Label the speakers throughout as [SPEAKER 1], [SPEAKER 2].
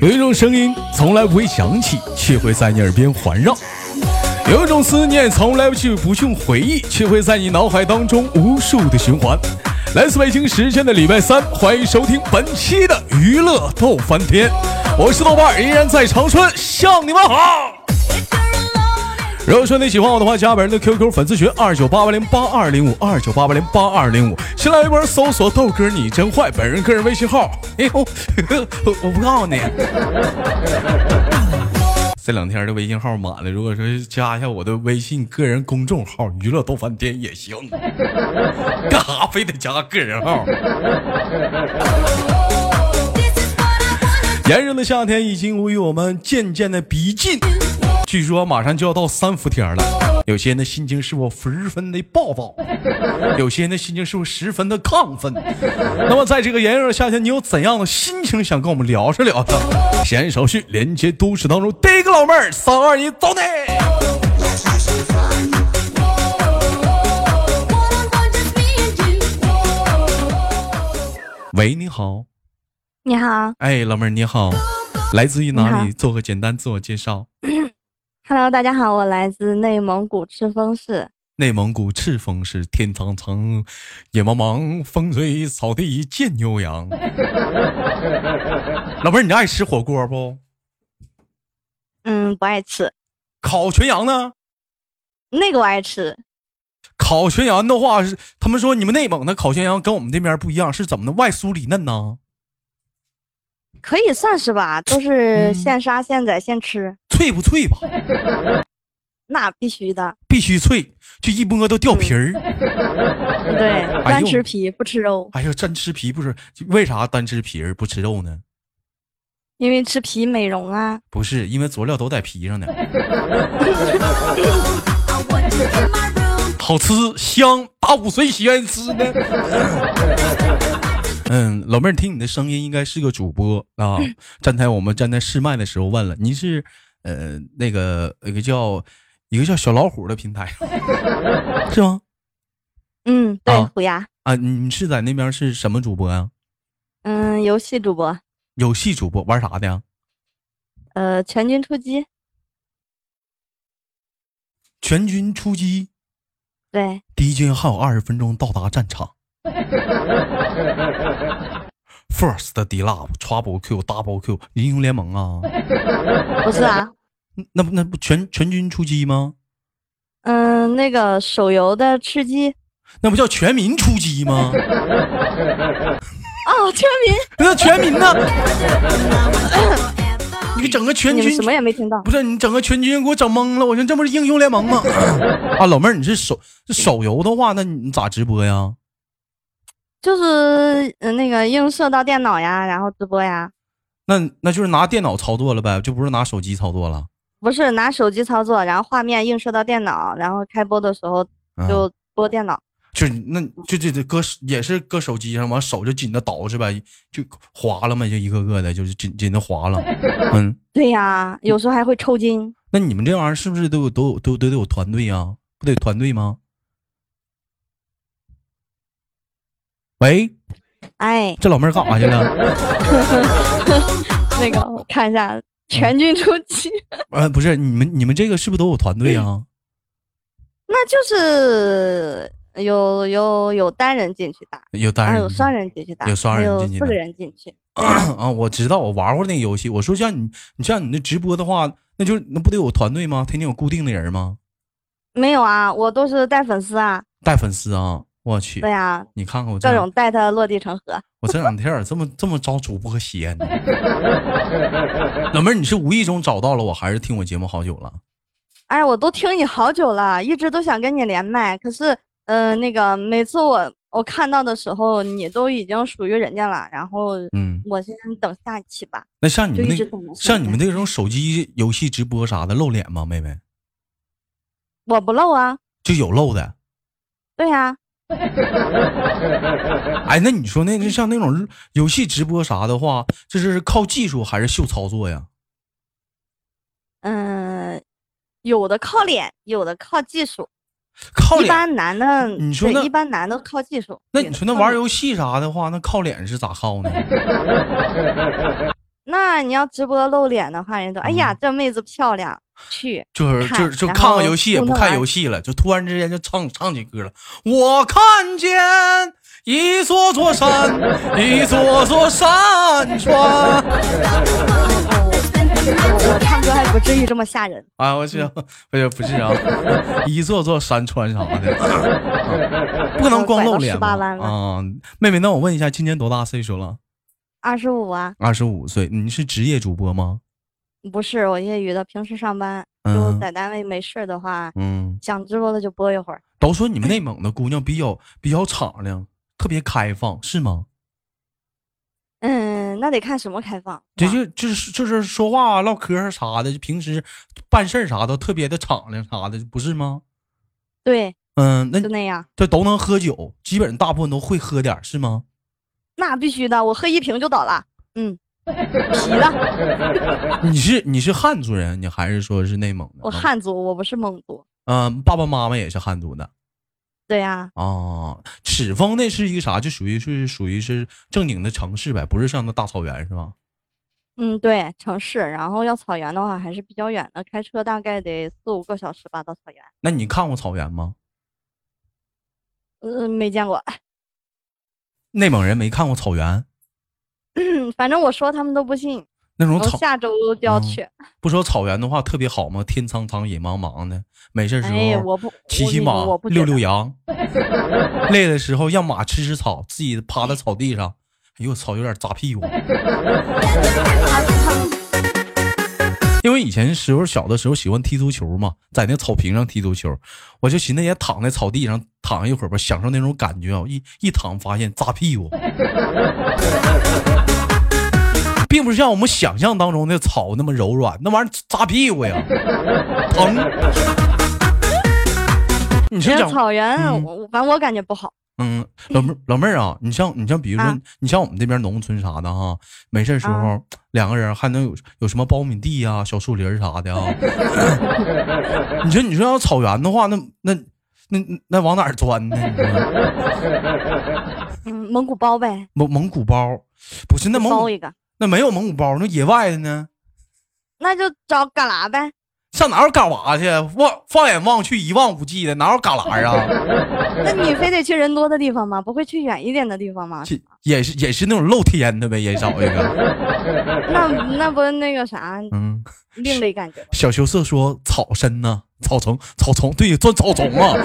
[SPEAKER 1] 有一种声音从来不会响起，却会在你耳边环绕；有一种思念从来去不用回忆，却会在你脑海当中无数的循环。来自北京时间的礼拜三，欢迎收听本期的娱乐逗翻天，我是豆瓣儿，依然在长春向你们好。如果说你喜欢我的话，加本人的 QQ 粉丝群二九八八零八二零五二九八八零八二零五，新浪微博搜索豆哥你真坏，本人个人微信号，哎呦， 我我不告诉你。这两天的微信号满了，如果说加一下我的微信个人公众号“娱乐逗翻天”也行，干哈非得加个人号？炎热的夏天已经与我们渐渐的逼近，据说马上就要到三伏天了。有些人的心情是否十分的暴躁，有些人的心情是否十分的亢奋。那么，在这个炎热的夏天，你有怎样的心情想跟我们聊是聊的？闲言少叙，连接都市当中第一个老妹儿，三二一，走你！喂，你好，
[SPEAKER 2] 你好
[SPEAKER 1] 哎，老妹儿你好，来自于哪里？做个简单自我介绍。
[SPEAKER 2] ，Hello，大家好，我来自内蒙古赤峰市。
[SPEAKER 1] 内蒙古赤峰市天苍苍，野茫茫，风吹草低见牛羊。老妹儿，你爱吃火锅不？
[SPEAKER 2] 嗯，不爱吃，
[SPEAKER 1] 烤全羊呢？
[SPEAKER 2] 那个我爱吃。
[SPEAKER 1] 烤全羊的话是，他们说你们内蒙的烤全羊跟我们这边不一样，是怎么的？外酥里嫩呢？
[SPEAKER 2] 可以算是吧，都是
[SPEAKER 1] 嗯
[SPEAKER 2] 现杀现宰现吃，
[SPEAKER 1] 脆不脆吧？
[SPEAKER 2] 那必须的。
[SPEAKER 1] 必须脆，就一摸都掉皮儿。
[SPEAKER 2] 对，
[SPEAKER 1] 哎
[SPEAKER 2] 单
[SPEAKER 1] 呦
[SPEAKER 2] 吃皮不吃肉，
[SPEAKER 1] 哎呦，单吃皮不是？为啥单吃皮儿不吃肉呢？
[SPEAKER 2] 因为吃皮美容啊。
[SPEAKER 1] 不是，因为佐料都在皮上呢。好吃香，大五岁喜欢吃的。 嗯，老妹儿，听你的声音应该是个主播 啊。站台我们站在试麦的时候问了，您是呃那个一个叫一个叫小老虎的平 台是吗？
[SPEAKER 2] 嗯，对
[SPEAKER 1] 啊，
[SPEAKER 2] 虎牙，
[SPEAKER 1] 啊，你是在那边是什么主播啊？
[SPEAKER 2] 嗯，游戏主播，
[SPEAKER 1] 游戏主播玩啥的呀？
[SPEAKER 2] 呃，全军出击，
[SPEAKER 1] 全军出击，
[SPEAKER 2] 对，
[SPEAKER 1] 敌军还有二十分钟到达战场。First D Love Trouble Q Double Q 英雄联盟啊，
[SPEAKER 2] 不是啊，
[SPEAKER 1] 那不那不全全军出击吗？
[SPEAKER 2] 嗯，那个手游的吃鸡，
[SPEAKER 1] 那不叫全民出击吗？
[SPEAKER 2] 哦，全民，
[SPEAKER 1] 那全民呢？你给整个全
[SPEAKER 2] 你们
[SPEAKER 1] 军
[SPEAKER 2] 什么也没听到。
[SPEAKER 1] 不是你整个全军给我整懵了，我说这不是英雄联盟吗？ 啊，老妹儿，你是手这手游的话，那你咋直播呀？
[SPEAKER 2] 就是呃那个映射到电脑呀，然后直播呀，
[SPEAKER 1] 那那就是拿电脑操作了呗，就不是拿手机操作了。
[SPEAKER 2] 不是拿手机操作，然后画面映射到电脑，然后开播的时候
[SPEAKER 1] 嗯、
[SPEAKER 2] 就播电脑。
[SPEAKER 1] 就是那就这这搁手也是搁手机上，完手就紧着倒是呗，就划了嘛，就一个个的，就是紧紧着划了。嗯，
[SPEAKER 2] 对呀，有时候还会抽筋。
[SPEAKER 1] 那你们这玩意儿是不是都有都有都都得有团队啊？不得有团队吗？喂，
[SPEAKER 2] 哎，
[SPEAKER 1] 这老妹儿干啥去了？
[SPEAKER 2] 那个我看一下，全军出击，
[SPEAKER 1] 呃，不是，你们你们这个是不是都有团队啊？
[SPEAKER 2] 那就是有有有单人进去打，
[SPEAKER 1] 有单
[SPEAKER 2] 还
[SPEAKER 1] 人
[SPEAKER 2] 有双人进去打，
[SPEAKER 1] 有双人
[SPEAKER 2] 还有
[SPEAKER 1] 进去
[SPEAKER 2] 四
[SPEAKER 1] 打
[SPEAKER 2] 个人进去。
[SPEAKER 1] 啊？我知道，我玩过那个游戏。我说像你，你像你那直播的话，那就那不得有团队吗？天天有固定的人吗？
[SPEAKER 2] 没有啊，我都是带粉丝啊，
[SPEAKER 1] 带粉丝啊？我去，
[SPEAKER 2] 对呀，
[SPEAKER 1] 你看看我这
[SPEAKER 2] 各种带他落地成盒。
[SPEAKER 1] 我这两天儿这么这么招主播嫌呢？老妹儿，你是无意中找到了我，还是听我节目好久了？
[SPEAKER 2] 哎，我都听你好久了，一直都想跟你连麦，可是，呃，那个每次我我看到的时候，你都已经属于人家了，然后
[SPEAKER 1] 嗯，
[SPEAKER 2] 我先等下一期吧，
[SPEAKER 1] 那像你
[SPEAKER 2] 就
[SPEAKER 1] 们
[SPEAKER 2] 一
[SPEAKER 1] 那
[SPEAKER 2] 直等着下
[SPEAKER 1] 像你们
[SPEAKER 2] 一期
[SPEAKER 1] 那种手机游戏直播啥的露脸吗？妹妹
[SPEAKER 2] 我不漏啊，
[SPEAKER 1] 就有露的。
[SPEAKER 2] 对呀、
[SPEAKER 1] 哎，那你说那那像那种游戏直播啥的话，这是靠技术还是秀操作呀？
[SPEAKER 2] 嗯、有的靠脸，有的靠技术，
[SPEAKER 1] 靠
[SPEAKER 2] 一
[SPEAKER 1] 脸？
[SPEAKER 2] 般男的，
[SPEAKER 1] 你说
[SPEAKER 2] 对，
[SPEAKER 1] 那
[SPEAKER 2] 一般男的靠技术，
[SPEAKER 1] 那
[SPEAKER 2] 女
[SPEAKER 1] 你
[SPEAKER 2] 的
[SPEAKER 1] 说那
[SPEAKER 2] 靠
[SPEAKER 1] 玩
[SPEAKER 2] 脸
[SPEAKER 1] 游戏啥的话，那靠脸是咋靠呢？
[SPEAKER 2] 那你要直播露脸的话，人都哎
[SPEAKER 1] 嗯
[SPEAKER 2] 呀，这妹子漂亮， 去
[SPEAKER 1] 就是
[SPEAKER 2] 看
[SPEAKER 1] 就是就
[SPEAKER 2] 然
[SPEAKER 1] 看
[SPEAKER 2] 后
[SPEAKER 1] 看游戏也
[SPEAKER 2] 弄
[SPEAKER 1] 不
[SPEAKER 2] 弄
[SPEAKER 1] 看
[SPEAKER 2] 完
[SPEAKER 1] 游戏了，就突然之间就唱唱起歌了。我看见一座座山，一座座山川。
[SPEAKER 2] 哦我唱歌还不至于这么吓人。
[SPEAKER 1] 啊，我去，不是不是啊，一座座山川啥的，啊不能光露脸
[SPEAKER 2] 拐到
[SPEAKER 1] 吧
[SPEAKER 2] 18弯了
[SPEAKER 1] 啊！妹妹，那我问一下，今年多大岁数了？
[SPEAKER 2] 二十五啊，
[SPEAKER 1] 二十五岁。你是职业主播吗？
[SPEAKER 2] 不是我业余的，平时上班就
[SPEAKER 1] 嗯
[SPEAKER 2] 在单位没事儿的话，
[SPEAKER 1] 嗯，
[SPEAKER 2] 想直播了就播一会儿。
[SPEAKER 1] 都说你们内蒙的姑娘比较比较敞亮，特别开放，是吗？
[SPEAKER 2] 嗯，那得看什么开放。
[SPEAKER 1] 这
[SPEAKER 2] 哇
[SPEAKER 1] 就就是就是说话、啊唠嗑啥的，就平时办事儿啥都特别的敞亮啥的，不是吗？
[SPEAKER 2] 对，
[SPEAKER 1] 嗯，那
[SPEAKER 2] 就那样。
[SPEAKER 1] 这都能喝酒，基本大部分都会喝点儿，是吗？
[SPEAKER 2] 那必须的，我喝一瓶就倒了。嗯，皮了。
[SPEAKER 1] 你是你是汉族人，你还是说是内蒙的？啊
[SPEAKER 2] 我汉族，我不是蒙族。
[SPEAKER 1] 嗯、爸爸妈妈也是汉族的
[SPEAKER 2] 对呀、
[SPEAKER 1] 啊。赤峰那是一个啥？就属于是属于是正经的城市呗，不是像那大草原是吧？
[SPEAKER 2] 嗯，对，城市。然后要草原的话，还是比较远的，开车大概得四五个小时吧，到草原。
[SPEAKER 1] 那你看过草原吗？
[SPEAKER 2] 嗯，没见过。
[SPEAKER 1] 内蒙人没看过草原
[SPEAKER 2] 嗯，反正我说他们都不信。
[SPEAKER 1] 那种
[SPEAKER 2] 我
[SPEAKER 1] 草，
[SPEAKER 2] 下周就要
[SPEAKER 1] 嗯
[SPEAKER 2] 去。
[SPEAKER 1] 不说草原的话特别好吗？天苍苍，野茫茫的，没事儿时候、
[SPEAKER 2] 哎，我不
[SPEAKER 1] 骑
[SPEAKER 2] 我
[SPEAKER 1] 骑
[SPEAKER 2] 那
[SPEAKER 1] 马
[SPEAKER 2] 我不，觉
[SPEAKER 1] 遛
[SPEAKER 2] 得
[SPEAKER 1] 遛 羊，累的时候让马吃吃草，自己趴在草地上。哎呦，我操，有点扎屁股。因为以前时候小的时候喜欢踢足球嘛，在那草坪上踢足球，我就寻思也躺在草地上躺一会儿吧，享受那种感觉啊。一一躺发现扎屁股，并不是像我们想象当中的草那么柔软，那玩意儿扎屁股呀，疼。 你是
[SPEAKER 2] 人家
[SPEAKER 1] 讲
[SPEAKER 2] 草原，
[SPEAKER 1] 嗯
[SPEAKER 2] 我我反正我感觉不好。
[SPEAKER 1] 嗯，老妹儿老妹儿啊，你像你像比如说、
[SPEAKER 2] 啊
[SPEAKER 1] 你像我们这边农村啥的哈，没事儿时候、
[SPEAKER 2] 啊
[SPEAKER 1] 两个人还能有有什么苞米地呀、小树林儿啥的啊。 你说你说要草原的话，那那那那往哪儿钻呢？你说
[SPEAKER 2] 嗯，蒙古包呗，
[SPEAKER 1] 蒙蒙古包不是那蒙
[SPEAKER 2] 包
[SPEAKER 1] 古
[SPEAKER 2] 一个，
[SPEAKER 1] 那没有蒙古包，那野外的呢？
[SPEAKER 2] 那就找旮旯呗。
[SPEAKER 1] 上哪有旮旯去？望放眼望去一望无际的，哪有旮旯啊？
[SPEAKER 2] 那你非得去人多的地方吗？不会去远一点的地方吗？
[SPEAKER 1] 这也是也是那种露天的呗，也找一个。
[SPEAKER 2] 那那不那个啥，
[SPEAKER 1] 嗯。
[SPEAKER 2] 另类感觉吗。
[SPEAKER 1] 小羞涩说：“草参呐、草丛，草丛，对，钻草丛啊。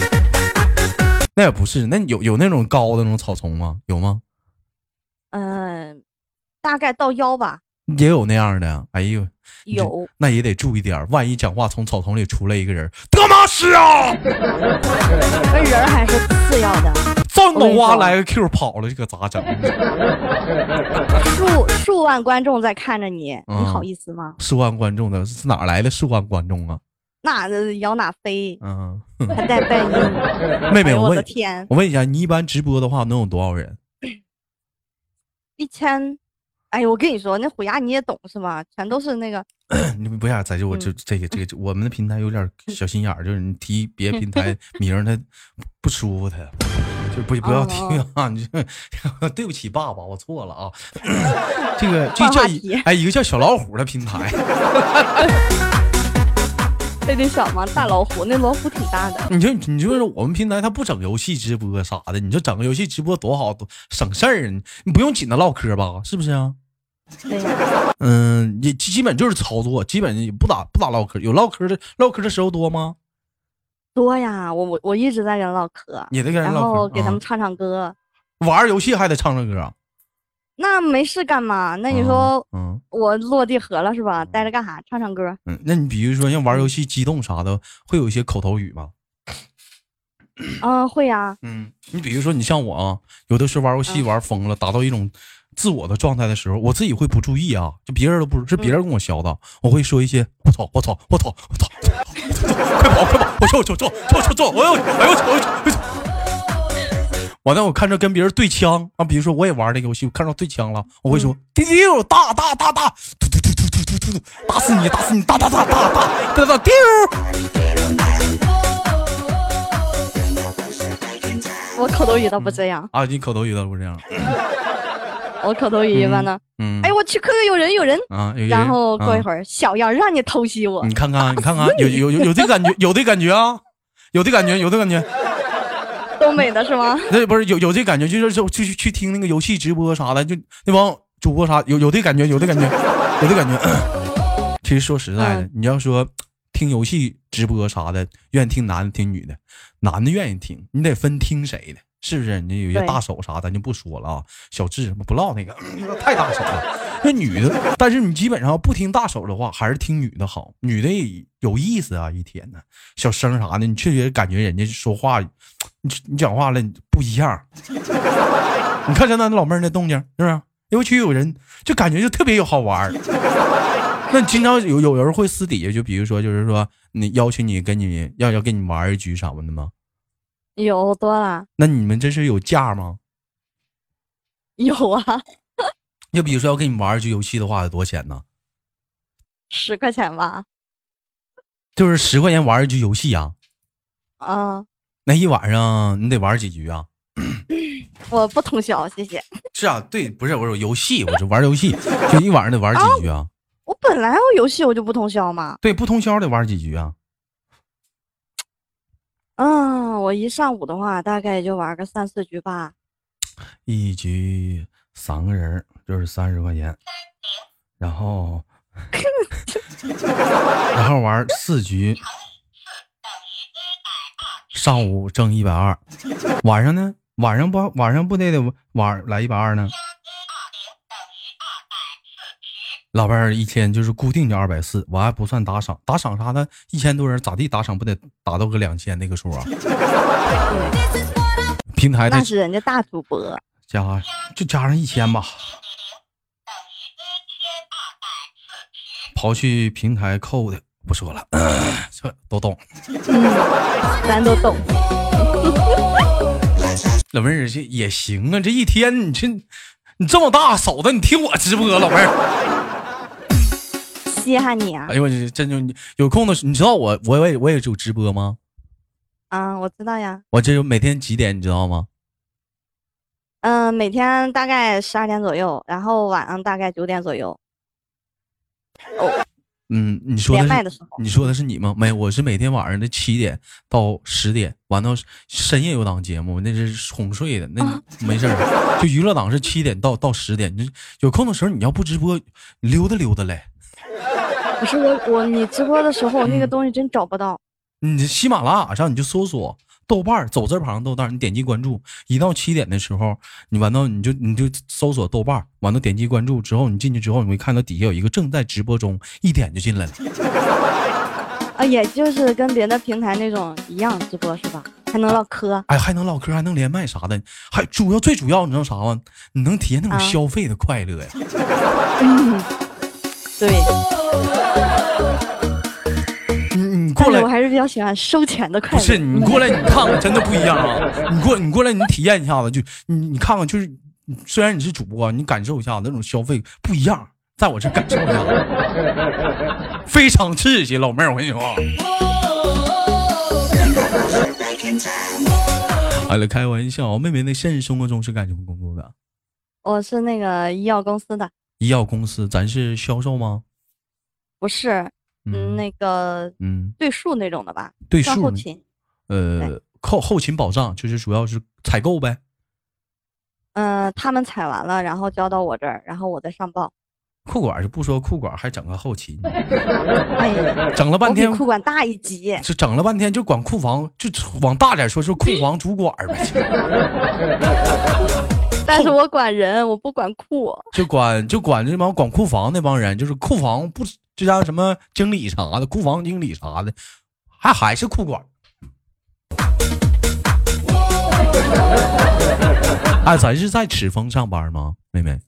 [SPEAKER 1] 那也不是，那有有那种高的那种草丛吗？有吗？
[SPEAKER 2] 嗯，大概到腰吧，
[SPEAKER 1] 也有那样的呀。哎呦，你这
[SPEAKER 2] 有。
[SPEAKER 1] 那也得注意点儿，万一讲话从草丛里出来一个人，德玛西啊，
[SPEAKER 2] 那人儿还是次要的，
[SPEAKER 1] 藏冬娃来个 Q 跑了，这可咋整？
[SPEAKER 2] 数数万观众在看着你，你好
[SPEAKER 1] 嗯
[SPEAKER 2] 意思吗？
[SPEAKER 1] 数万观众的是哪儿来的数万观众啊？
[SPEAKER 2] 那呃摇哪飞，
[SPEAKER 1] 嗯，
[SPEAKER 2] 还带拜你。
[SPEAKER 1] 妹
[SPEAKER 2] 哎
[SPEAKER 1] 妹，
[SPEAKER 2] 呦
[SPEAKER 1] 我
[SPEAKER 2] 我的
[SPEAKER 1] 问，
[SPEAKER 2] 天，
[SPEAKER 1] 我问一下，你一般直播的话能有多少人？
[SPEAKER 2] 一千！哎呦，我跟你说，那虎牙你也懂是吗？全都是那个
[SPEAKER 1] 你不要在这，我这
[SPEAKER 2] 嗯
[SPEAKER 1] 这个这个，我们的平台有点小心眼儿，就是你提别的平 台名儿，他不舒服，他就不不要提
[SPEAKER 2] 哦
[SPEAKER 1] 啊！ 你这对不起爸爸，我错了 啊。这个这
[SPEAKER 2] 换
[SPEAKER 1] 叫
[SPEAKER 2] 话
[SPEAKER 1] 一
[SPEAKER 2] 题
[SPEAKER 1] 哎一个叫小老虎的平 台，
[SPEAKER 2] 非得小吗？大老虎，那老虎挺大的。
[SPEAKER 1] 你就你就是我们平台，他不整游戏直播啥的，你就整个游戏直播多好，多省事儿啊！你不用紧着唠嗑吧，是不是啊？
[SPEAKER 2] 对呀，
[SPEAKER 1] 嗯，也基基本就是操作，基本也不咋不咋唠嗑，有唠嗑的唠嗑的时候多吗？
[SPEAKER 2] 多呀，我我我一直在跟人唠嗑，
[SPEAKER 1] 也得跟人
[SPEAKER 2] 然
[SPEAKER 1] 唠嗑，
[SPEAKER 2] 后给他们
[SPEAKER 1] 啊
[SPEAKER 2] 唱唱歌。
[SPEAKER 1] 玩儿游戏还得唱唱歌啊。
[SPEAKER 2] 那没事干嘛？那你说
[SPEAKER 1] 嗯，
[SPEAKER 2] 我落地盒了是吧？待着干啥？唱唱歌。
[SPEAKER 1] 嗯，那你比如说像玩游戏激动啥的，会有一些口头语吗？
[SPEAKER 2] 嗯，会呀、
[SPEAKER 1] 嗯，你比如说你像我啊，有的时候玩游戏
[SPEAKER 2] 嗯
[SPEAKER 1] 玩疯了，达到一种自我的状态的时候，我自己会不注意啊，就别人都不是别
[SPEAKER 2] 嗯
[SPEAKER 1] 人跟我学的，我会说一些我操我操我操我操，快跑快跑，我操我操我操我操，我要哎呦我操我操我操。完了，我看着跟别人对枪啊，比如说我也玩那个游戏，我看着对枪了，我会
[SPEAKER 2] 嗯
[SPEAKER 1] 说丢丢大大大大，突突突突突突突，打死你打死你大大大大大大大丢。
[SPEAKER 2] 我口头语倒不这样。
[SPEAKER 1] 嗯啊，你口头语倒不这样。
[SPEAKER 2] 我口头语一般呢，
[SPEAKER 1] 嗯，
[SPEAKER 2] 哎，我去，QQ 有人有人，
[SPEAKER 1] 啊，有
[SPEAKER 2] 然后过一
[SPEAKER 1] 儿、
[SPEAKER 2] 会儿，小样让你偷袭我
[SPEAKER 1] 啊，你看看，你看看，有有有有这感觉，有这感觉啊，有这感觉，有这感觉，
[SPEAKER 2] 东北的是吗？
[SPEAKER 1] 那不是有有这感觉，就是就去去去听那个游戏直播啥的，就那帮主播啥，有有这感觉，有这感觉，有这感觉。其实说实在的，
[SPEAKER 2] 嗯
[SPEAKER 1] 你要说听游戏直播啥的，愿意听男的听女的，男的愿意听，你得分听谁的，是不是？你有些
[SPEAKER 2] 对
[SPEAKER 1] 大手啥的，咱就不说了啊，小智什么不唠那个， 太大手了。 那女的，但是你基本上不听大手的话，还是听女的好，女的也有意思啊，一天呢，小声啥的，你确实感觉人家说话，你你讲话了你不一样。 你看现在那老妹儿那动静，是不是？尤其有人就感觉就特别有好玩儿。 那经常有有人会私底下，就比如说，就是说你邀请你跟你要要跟你玩一局啥的吗？
[SPEAKER 2] 有多啦，
[SPEAKER 1] 那你们这是有价吗？
[SPEAKER 2] 有啊，
[SPEAKER 1] 就比如说要跟你玩一局游戏的话，得多少钱呢？
[SPEAKER 2] 十块钱吧，
[SPEAKER 1] 就是十块钱玩一局游戏啊，
[SPEAKER 2] 啊，
[SPEAKER 1] 那一晚上你得玩几局啊？
[SPEAKER 2] 我不通宵，谢谢。
[SPEAKER 1] 是啊，对，不是我说游戏，我是玩游戏，就一晚上得玩几局啊？
[SPEAKER 2] 我本来我游戏我就不通宵嘛，
[SPEAKER 1] 对，不通宵得玩几局啊？
[SPEAKER 2] 嗯，我一上午的话大概也就玩个三四局吧，
[SPEAKER 1] 一局三个人儿就是三十块钱，然后然后玩四局，上午挣一百二，晚上呢？晚上不晚上不得得晚来一百二呢？老伴儿一天就是固定就二百四，我还不算打赏，打赏啥的，一千多人咋地打赏不得达到个两千那个数啊？平台的
[SPEAKER 2] 那是人家大主播，
[SPEAKER 1] 加就加上一千吧。刨去平台扣的不说了，这都懂。
[SPEAKER 2] 咱都懂。
[SPEAKER 1] 老妹儿这也行啊，这一天你这你这么大嫂子，你听我直播，老妹儿。
[SPEAKER 2] 稀罕你啊
[SPEAKER 1] 哎！呦我这真就你有空的时候，你知道我我我也我也有直播吗？
[SPEAKER 2] 啊，我知道呀。
[SPEAKER 1] 我这有每天几点你知道吗？
[SPEAKER 2] 嗯，每天大概十二点左右，然后晚上大概九点左右，
[SPEAKER 1] 嗯，你说
[SPEAKER 2] 连
[SPEAKER 1] 的
[SPEAKER 2] 麦
[SPEAKER 1] 是
[SPEAKER 2] 的时候。
[SPEAKER 1] 你说的是你吗？没有，我是每天晚上的七点到十点，完到深夜有档节目，那是哄睡的，那
[SPEAKER 2] 啊
[SPEAKER 1] 没事儿。就娱乐档是七点到到十点，你有空的时候你要不直播，你溜达溜达嘞。
[SPEAKER 2] 不是我我你直播的时候，我那个
[SPEAKER 1] 嗯
[SPEAKER 2] 东西真找不到。
[SPEAKER 1] 你这喜马拉雅上你就搜索豆瓣儿走字旁豆瓣儿，你点击关注，一到七点的时候，你完到你就你就搜索豆瓣儿，完到点击关注之后，你进去之后，你会看到底下有一个正在直播中，一点就进来了。
[SPEAKER 2] 啊，也就是跟别的平台那种一样直播是吧？还能唠嗑，
[SPEAKER 1] 哎，还能唠嗑，还能连麦啥的，还主要最主要你知道啥吗？你能体验那种
[SPEAKER 2] 啊嗯
[SPEAKER 1] 消费的快 乐呀。你
[SPEAKER 2] 对。
[SPEAKER 1] 你
[SPEAKER 2] 嗯但
[SPEAKER 1] 过
[SPEAKER 2] 是
[SPEAKER 1] 来
[SPEAKER 2] 我，嗯还是比较喜欢收钱的快
[SPEAKER 1] 不
[SPEAKER 2] 乐。
[SPEAKER 1] 是你过来，你看看，真的不一样啊！你过你过来，你体验一下子，就你你看看，就是你虽然你是主播，啊你感受一下子那种消费不一样，在我这感受一下，非常刺激，老妹儿，我跟你说。啊好了，哎开玩笑，妹妹那现实生活中是干什么工作的？
[SPEAKER 2] 我是那个医药公司的，
[SPEAKER 1] 医药公司，咱是销售吗？
[SPEAKER 2] 不是嗯那个
[SPEAKER 1] 嗯，
[SPEAKER 2] 对数那种的吧，
[SPEAKER 1] 对
[SPEAKER 2] 算
[SPEAKER 1] 数
[SPEAKER 2] 后
[SPEAKER 1] 呢
[SPEAKER 2] 勤。
[SPEAKER 1] 呃
[SPEAKER 2] 对
[SPEAKER 1] 后后勤保障，就是主要是采购呗。
[SPEAKER 2] 嗯、他们采完了，然后交到我这儿，然后我再上报。
[SPEAKER 1] 库管是不说库管，还整个后勤，
[SPEAKER 2] 哎呀，
[SPEAKER 1] 整了
[SPEAKER 2] 我
[SPEAKER 1] 半
[SPEAKER 2] 比
[SPEAKER 1] 天，
[SPEAKER 2] 库管大一级。
[SPEAKER 1] 就整了半天就管库房，就往大点说，是库房主管呗，
[SPEAKER 2] 但是我管人，我不管库。
[SPEAKER 1] 就管就管这帮管库房那帮人，就是库房不就像什么经理啥的，库房经理啥的，还还是库管。 哎，咱是在赤峰上班吗，妹妹？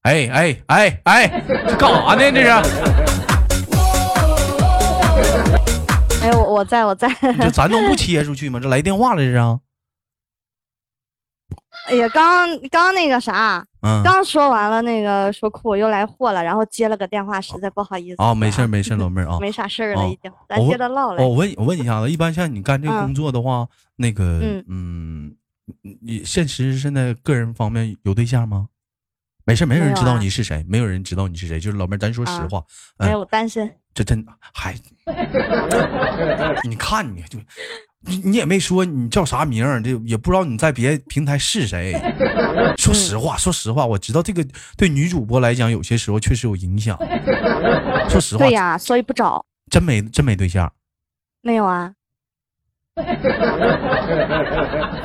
[SPEAKER 1] 哎哎哎哎，这干啥呢？这是？
[SPEAKER 2] 哎，我我在我在。
[SPEAKER 1] 这咱能不切出去吗？这来电话了这是啊？
[SPEAKER 2] 哎呀，刚刚那个啥，
[SPEAKER 1] 嗯
[SPEAKER 2] 刚说完了那个说库又来货了，然后接了个电话，实在不好意思
[SPEAKER 1] 啊，没事儿没哦事儿，老妹儿啊。
[SPEAKER 2] 没啥事儿
[SPEAKER 1] 啊
[SPEAKER 2] 了，已经。咱
[SPEAKER 1] 我
[SPEAKER 2] 接着唠来
[SPEAKER 1] 我。问我问一下子，一般像你干这个工作的话，那个
[SPEAKER 2] 嗯
[SPEAKER 1] 嗯，你你现实现在个人方面有对象吗？没事，没人知道
[SPEAKER 2] 没有啊
[SPEAKER 1] 你是谁，没有人知道你是谁。就是老妹儿，咱说实
[SPEAKER 2] 啊
[SPEAKER 1] 话，
[SPEAKER 2] 没
[SPEAKER 1] 哎
[SPEAKER 2] 有我单身，
[SPEAKER 1] 这真还， 你看你就，你你也没说你叫啥名儿，这也不知道你在别平台是谁。说
[SPEAKER 2] 嗯
[SPEAKER 1] 实话，说实话，我知道这个对女主播来讲，有些时候确实有影响。说实话
[SPEAKER 2] 对，呀，所以不找，
[SPEAKER 1] 真没真没对象。
[SPEAKER 2] 没有啊，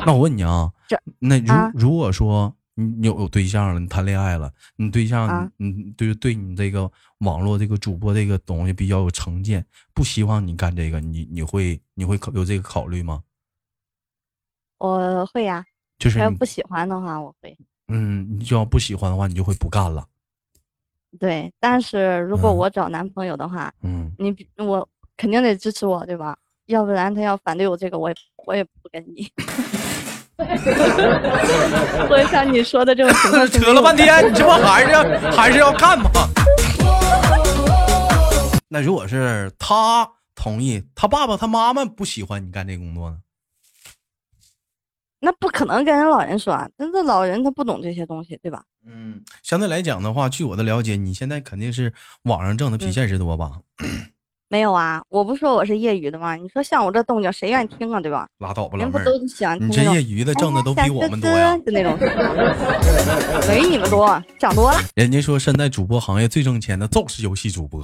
[SPEAKER 1] 那我问你啊
[SPEAKER 2] 这，
[SPEAKER 1] 那如、
[SPEAKER 2] 啊
[SPEAKER 1] 如果说你你有对象了，你谈恋爱了，你对象，
[SPEAKER 2] 啊
[SPEAKER 1] 你对对你这个网络这个主播这个东西比较有成见，不希望你干这个，你你会你会考有这个考虑吗？
[SPEAKER 2] 我会呀，
[SPEAKER 1] 就是
[SPEAKER 2] 他要
[SPEAKER 1] 你
[SPEAKER 2] 不喜欢的话，我会。
[SPEAKER 1] 嗯，你就要不喜欢的话，你就会不干了。
[SPEAKER 2] 对，但是如果
[SPEAKER 1] 嗯
[SPEAKER 2] 我找男朋友的话，
[SPEAKER 1] 嗯，，
[SPEAKER 2] 你比我肯定得支持我，对吧？要不然他要反对我这个，我也我也不跟你。 所以像你说的这种情况肯定有的
[SPEAKER 1] 天，你这不还是要还是要干吗？那如果是他同意，他爸爸他妈妈不喜欢你干这个工作呢？
[SPEAKER 2] 那不可能跟人老人说啊，那这老人他不懂这些东西，对吧？
[SPEAKER 1] 嗯，相对来讲的话，据我的了解，你现在肯定是网上挣的比现实多吧？
[SPEAKER 2] 没有啊，我不说我是业余的吗？你说像我这动静，谁愿意听啊，对吧？
[SPEAKER 1] 拉倒吧，老
[SPEAKER 2] 人
[SPEAKER 1] 妹
[SPEAKER 2] 不
[SPEAKER 1] 儿，
[SPEAKER 2] 都喜欢听
[SPEAKER 1] 你
[SPEAKER 2] 这
[SPEAKER 1] 这
[SPEAKER 2] 种
[SPEAKER 1] 业余的挣的都
[SPEAKER 2] 哎
[SPEAKER 1] 比
[SPEAKER 2] 呀
[SPEAKER 1] 我
[SPEAKER 2] 小
[SPEAKER 1] 们
[SPEAKER 2] 哥
[SPEAKER 1] 多呀
[SPEAKER 2] 哥。就 那种，没你们多，想多了。
[SPEAKER 1] 人家说现在主播行业最挣钱的就是游戏主播，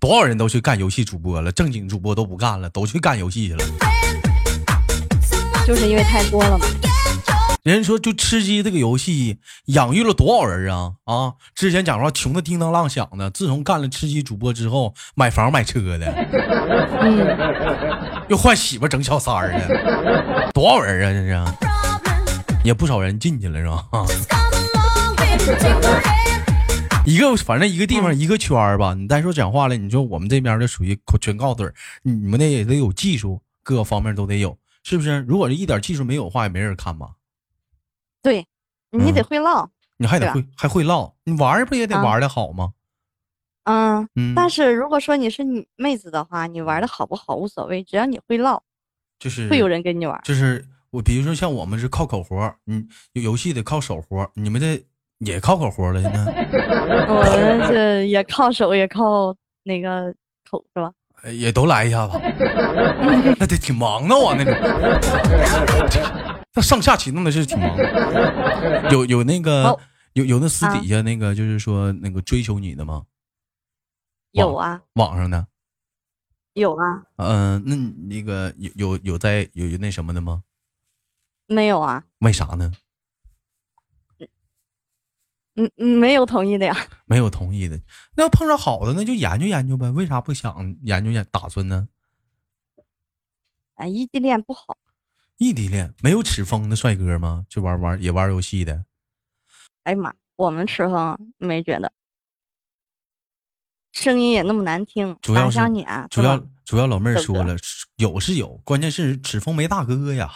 [SPEAKER 1] 多少人都去干游戏主播了，正经主播都不干了，都去干游戏去了。
[SPEAKER 2] 就是因为太多了嘛。
[SPEAKER 1] 人家说就吃鸡这个游戏养育了多少人啊啊！之前讲实话穷的叮当浪响的，自从干了吃鸡主播之后，买房买车的，
[SPEAKER 2] 嗯，
[SPEAKER 1] 又换媳妇整小三儿的，多少人啊这是？也不少人进去了是吧？ 啊，一个反正一个地
[SPEAKER 2] 嗯
[SPEAKER 1] 方一个圈儿吧。你再说讲话了，你说我们这边就属于全靠腿儿，你们那也得有技术，各个方面都得有，是不是？如果是一点技术没有的话，也没人看吧？
[SPEAKER 2] 对，你得
[SPEAKER 1] 嗯
[SPEAKER 2] 会唠，
[SPEAKER 1] 你还
[SPEAKER 2] 对
[SPEAKER 1] 得
[SPEAKER 2] 啊
[SPEAKER 1] 会还会唠，你玩儿不也得
[SPEAKER 2] 啊
[SPEAKER 1] 玩的好吗？
[SPEAKER 2] 嗯。
[SPEAKER 1] 嗯，
[SPEAKER 2] 但是如果说你是女妹子的话，你玩的好不好无所谓，只要你会唠，
[SPEAKER 1] 就是
[SPEAKER 2] 会有人跟你玩。
[SPEAKER 1] 就是我，比如说像我们是靠口活儿，嗯，有游戏得靠手活儿，你们这也靠口活儿了，现在
[SPEAKER 2] 我们这也靠手，也靠那个口，是吧？
[SPEAKER 1] 呃也都来一下吧， 那得挺忙的啊，那个，那上下其动的是挺忙的，有有那个、
[SPEAKER 2] 好啊
[SPEAKER 1] 有有那私底下那个就是说那个追求你的吗？
[SPEAKER 2] 有
[SPEAKER 1] 网
[SPEAKER 2] 啊，
[SPEAKER 1] 网上的，
[SPEAKER 2] 有啊，
[SPEAKER 1] 嗯、那你那个有有有在有有那什么的吗？
[SPEAKER 2] 没有啊，
[SPEAKER 1] 为啥呢？
[SPEAKER 2] 嗯，嗯没有同意的呀。
[SPEAKER 1] 没有同意的，那要碰上好的那就研究研究呗，为啥不想研究研打算呢？
[SPEAKER 2] 啊，异地恋不好。
[SPEAKER 1] 异地恋没有齿峰的帅哥吗？就玩玩也玩游戏的，
[SPEAKER 2] 哎呀妈，我们吃哼没觉得，声音也那么难听，
[SPEAKER 1] 主
[SPEAKER 2] 哪
[SPEAKER 1] 要是
[SPEAKER 2] 像你啊？
[SPEAKER 1] 主
[SPEAKER 2] 是
[SPEAKER 1] 要
[SPEAKER 2] 吧
[SPEAKER 1] 主要老妹儿
[SPEAKER 2] 是不
[SPEAKER 1] 说了，有是有，关键是齿峰没大哥呀，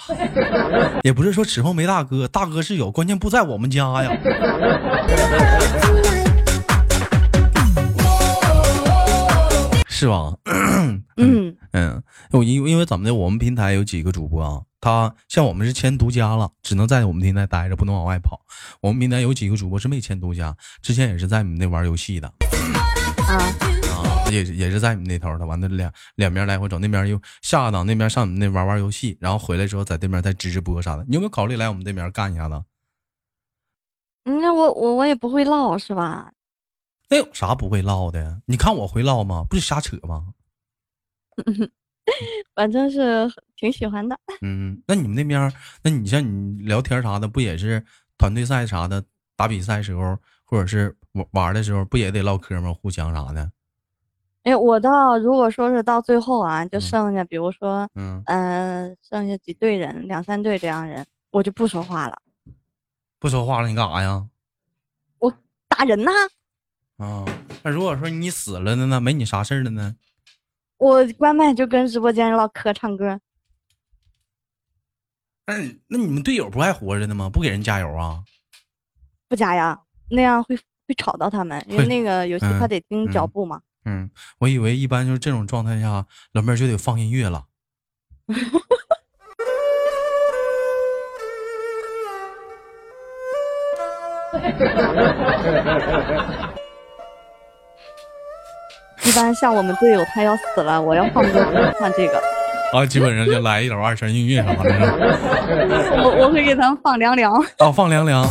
[SPEAKER 1] 也不是说齿峰没大哥，大哥是有，关键不在我们家呀。 是吧？
[SPEAKER 2] 嗯，
[SPEAKER 1] 嗯，我因为因为咱们的我们平台有几个主播啊，他像我们是签独家了，只能在我们平台待着，不能往外跑。我们平台有几个主播是没签独家，之前也是在你们那玩游戏的
[SPEAKER 2] 啊，
[SPEAKER 1] 啊，也是也是在你们那头的，完了两两边来回走，那边又下档，那边上你们那玩玩游戏，然后回来之后在这边再直直播啥的。你有没有考虑来我们这边干一下子？
[SPEAKER 2] 嗯那我我我也不会唠是吧？
[SPEAKER 1] 那有哎啥不会唠的呀？你看我会唠吗？不是瞎扯吗？
[SPEAKER 2] 反正是挺喜欢的。
[SPEAKER 1] 嗯，那你们那边儿，那你像你聊天儿啥的，不也是团队赛啥的，打比赛时候或者是玩玩儿的时候，不也得唠嗑吗？互相啥的。
[SPEAKER 2] 哎，我到如果说是到最后啊，就
[SPEAKER 1] 嗯
[SPEAKER 2] 剩下比如说，
[SPEAKER 1] 嗯，
[SPEAKER 2] 嗯、剩下几队人，两三队这样人，我就不说话了，
[SPEAKER 1] 不说话了，你干啥呀？
[SPEAKER 2] 打人呐、
[SPEAKER 1] 啊，那如果说你死了的呢，没你啥事儿了呢？
[SPEAKER 2] 我关麦就跟直播间唠嗑、唱歌，
[SPEAKER 1] 那你那你们队友不还活着呢吗？不给人加油啊？
[SPEAKER 2] 不加呀，那样会会吵到他们，因
[SPEAKER 1] 会
[SPEAKER 2] 为那个游戏
[SPEAKER 1] 嗯
[SPEAKER 2] 他得听脚
[SPEAKER 1] 嗯
[SPEAKER 2] 步嘛。
[SPEAKER 1] 嗯，我以为一般就是这种状态下，老妹儿就得放音乐了。
[SPEAKER 2] 一般像我们队友他要死了，我要放歌放这个，
[SPEAKER 1] 啊，基本上就来一首二泉映月啥的 是吧，
[SPEAKER 2] 我我会给他们放凉凉，
[SPEAKER 1] 啊，放凉凉。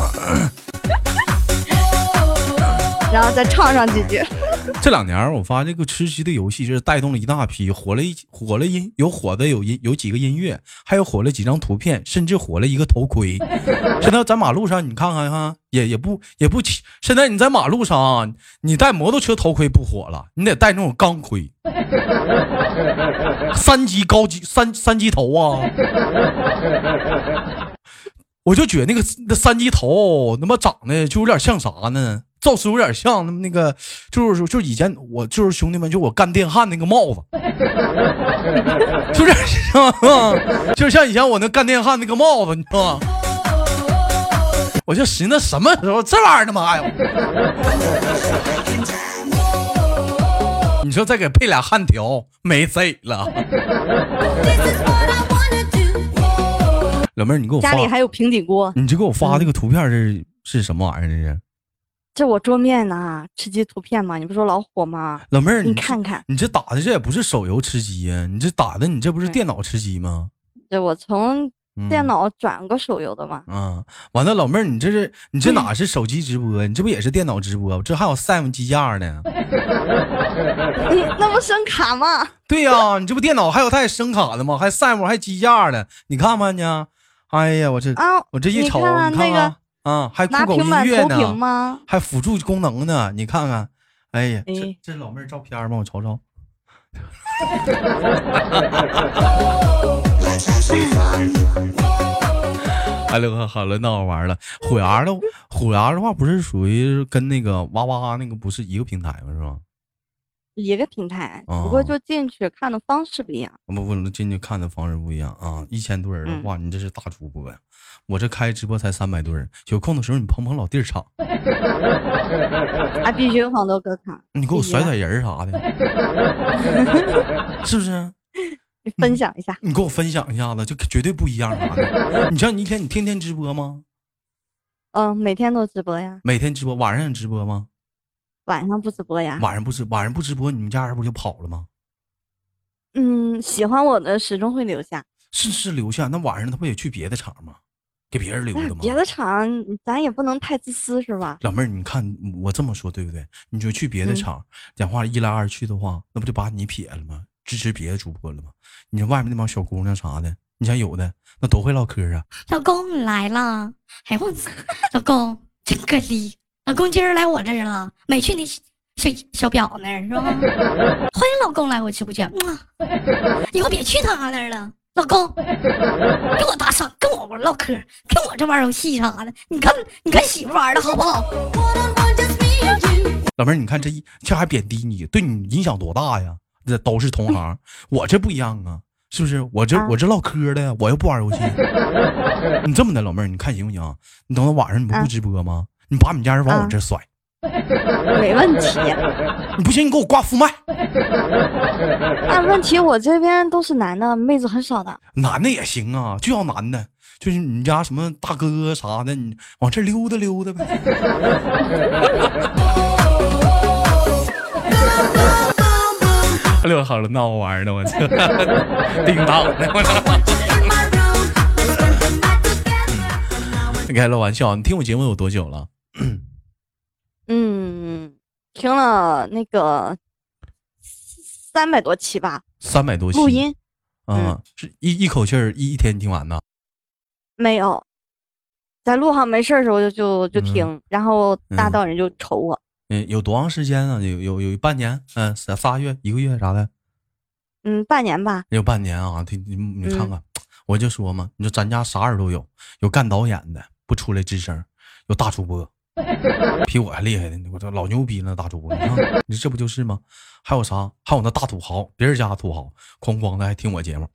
[SPEAKER 2] 然后再唱上几句。
[SPEAKER 1] 这两年儿我发现这个吃鸡的游戏是带动了一大批，火了一火了音，有火的有音有几个音乐，还有火了几张图片，甚至火了一个头盔。现在在马路上你看看哈，也也不也不起。现在你在马路上啊，你戴摩托车头盔不火了，你得戴那种钢盔，三级高级三三级头啊。我就觉得那个那三级头他妈长得就有点像啥呢？造型有点像那么那个，就是说就是以前我就是兄弟们，就我干电焊那个帽子，就有点像，就像以前我那干电焊那个帽子，你知道吗？我就寻思什么时候这玩意儿他妈呀！你说再给配俩焊条，没贼了。老妹儿，你给我发
[SPEAKER 2] 家里还有平底锅，
[SPEAKER 1] 你就给我发这个图片是、是什么玩意儿？这是
[SPEAKER 2] 这我桌面呢，吃鸡图片嘛，你不说老火吗？
[SPEAKER 1] 老妹儿，
[SPEAKER 2] 你
[SPEAKER 1] 这
[SPEAKER 2] 看看，
[SPEAKER 1] 你这打的这也不是手游吃鸡呀，你这打的你这不是
[SPEAKER 2] 对
[SPEAKER 1] 电脑吃鸡吗？
[SPEAKER 2] 这我从
[SPEAKER 1] 嗯
[SPEAKER 2] 电脑转过手游的嘛，
[SPEAKER 1] 啊，完了，老妹儿，你这是你
[SPEAKER 2] 嗯
[SPEAKER 1] 这哪是手机直播呀？你这不也是电脑直播？这还有 SIM 机架呢。
[SPEAKER 2] 你那不声卡吗？
[SPEAKER 1] 对呀、你这不电脑还有带声卡的吗？还 SIM 还机架呢？你看吧你啊，哎呀，我这、
[SPEAKER 2] 啊，
[SPEAKER 1] 我这一
[SPEAKER 2] 你
[SPEAKER 1] 瞅，
[SPEAKER 2] 看啊
[SPEAKER 1] 你看
[SPEAKER 2] 那个
[SPEAKER 1] 啊，啊，还酷
[SPEAKER 2] 拿
[SPEAKER 1] 狗
[SPEAKER 2] 平
[SPEAKER 1] 音
[SPEAKER 2] 板
[SPEAKER 1] 乐
[SPEAKER 2] 投
[SPEAKER 1] 呢。
[SPEAKER 2] 屏吗？
[SPEAKER 1] 还辅助功能呢，你看看，哎呀，这
[SPEAKER 2] 哎
[SPEAKER 1] 这老妹儿照片儿帮我瞅瞅。 哎，刘哥，好了，那我玩了。虎牙的虎牙的话，不是属于跟那个哇哇那个不是一个平台吗？是吧？
[SPEAKER 2] 一个平台，只不过
[SPEAKER 1] 哦
[SPEAKER 2] 就进去看的方式不一样。
[SPEAKER 1] 不不，进去看的方式不一样啊！一千多人的话，你这是大主播呀！我这开直播才三百多人，有空的时候你捧捧老弟儿场，
[SPEAKER 2] 啊，必须有好多歌卡，
[SPEAKER 1] 你给我
[SPEAKER 2] 必须
[SPEAKER 1] 甩
[SPEAKER 2] 的
[SPEAKER 1] 甩人儿啥的， 是不啊是？
[SPEAKER 2] 你分享一下。
[SPEAKER 1] 你给我分享一下子，就绝对不一样啥 的。你像你一天你天天直播吗？
[SPEAKER 2] 嗯，每天都直播呀，
[SPEAKER 1] 每天直播，晚上也直播吗？
[SPEAKER 2] 晚上不直播呀。
[SPEAKER 1] 晚上不直，晚上不直播，你们家人不就跑了吗？
[SPEAKER 2] 嗯，喜欢我的始终会留下。
[SPEAKER 1] 是是留下，那晚上他不也去别的场吗？给别人留
[SPEAKER 2] 但是
[SPEAKER 1] 的吗？
[SPEAKER 2] 别的场咱也不能太自私，是吧？
[SPEAKER 1] 老妹儿，你看我这么说对不对？你就去别的
[SPEAKER 2] 嗯
[SPEAKER 1] 场，讲话一来二去的话，那不就把你撇了吗？支持别的主播了吗？你说外面那帮小姑娘啥的，你像有的那都会唠嗑啊，
[SPEAKER 3] 老公你来了，哎我操，老公真可惜，老公今儿来我这儿了，没去你小小表那儿是吧？欢迎老公来我直播间，嗯以后别去他那儿了。老公，跟我搭讪，跟我玩唠嗑，跟我这玩游戏啥的，你看你看媳妇玩的好不好？
[SPEAKER 1] 老妹儿，你看这一这还贬低你，对你影响多大呀？这都是同行，我这不一样啊，是不是？我这、
[SPEAKER 2] 啊
[SPEAKER 1] 我这唠嗑的呀，我又不玩游戏。 你这么的，老妹儿，你看行不行？你等到晚上你不
[SPEAKER 2] 啊
[SPEAKER 1] 不直播吗？你把你们家人往我
[SPEAKER 2] 啊
[SPEAKER 1] 这甩，
[SPEAKER 2] 没问题。
[SPEAKER 1] 你不行，你给我挂副麦。
[SPEAKER 2] 但问题我这边都是男的，妹子很少的。
[SPEAKER 1] 男的也行啊，就要男的，就是你们家什么大哥啥的，你往这溜达溜达呗。 六好了，闹玩呢，我这 叮当呢，我操！ 开了玩笑，你听我节目有多久了？
[SPEAKER 2] 嗯，听了那个三百多期吧，
[SPEAKER 1] 三百多期
[SPEAKER 2] 录音嗯
[SPEAKER 1] 啊，是一一口气儿一一天听完的。
[SPEAKER 2] 没有，在路上没事儿的时候就就就听，然后大道人就瞅我，
[SPEAKER 1] 嗯，有多长时间啊？有有有半年，嗯、仨仨月、一个月啥的。
[SPEAKER 2] 嗯，半年吧，
[SPEAKER 1] 有半年啊，听你你看
[SPEAKER 2] 嗯
[SPEAKER 1] 看，我就说嘛，你说咱家啥人都有，有干导演的不出来吱声，有大主播比我还厉害的，我这老牛逼了，大主播，你看你这不就是吗？还有啥？还有那大土豪，别人家的土豪，哐哐的还听我节目，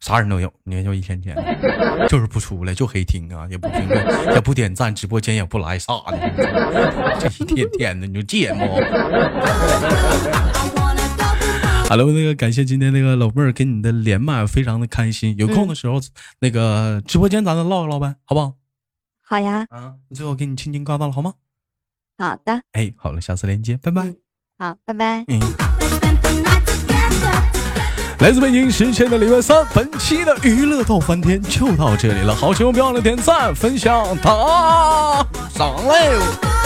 [SPEAKER 1] 啥人都有，你看就一天天的就是不出来，就黑听啊，也不评论，也不点赞，直播间也不来，啥的，这一天天的，你就贱不？好了，那个感谢今天那个老妹儿给你的连麦，非常的开心。有空的时候，那个直播间咱再唠一唠呗，好不好？
[SPEAKER 2] 好呀，
[SPEAKER 1] 啊，最后给你轻轻挂断了，好吗？
[SPEAKER 2] 好的，
[SPEAKER 1] 哎，好了，下次连接，拜拜。
[SPEAKER 2] 好，拜拜。
[SPEAKER 1] 嗯。来自北京时间的礼拜三，本期的娱乐到翻天就到这里了。好，节目别忘了点赞、分享、打赏嘞！
[SPEAKER 4] Bye.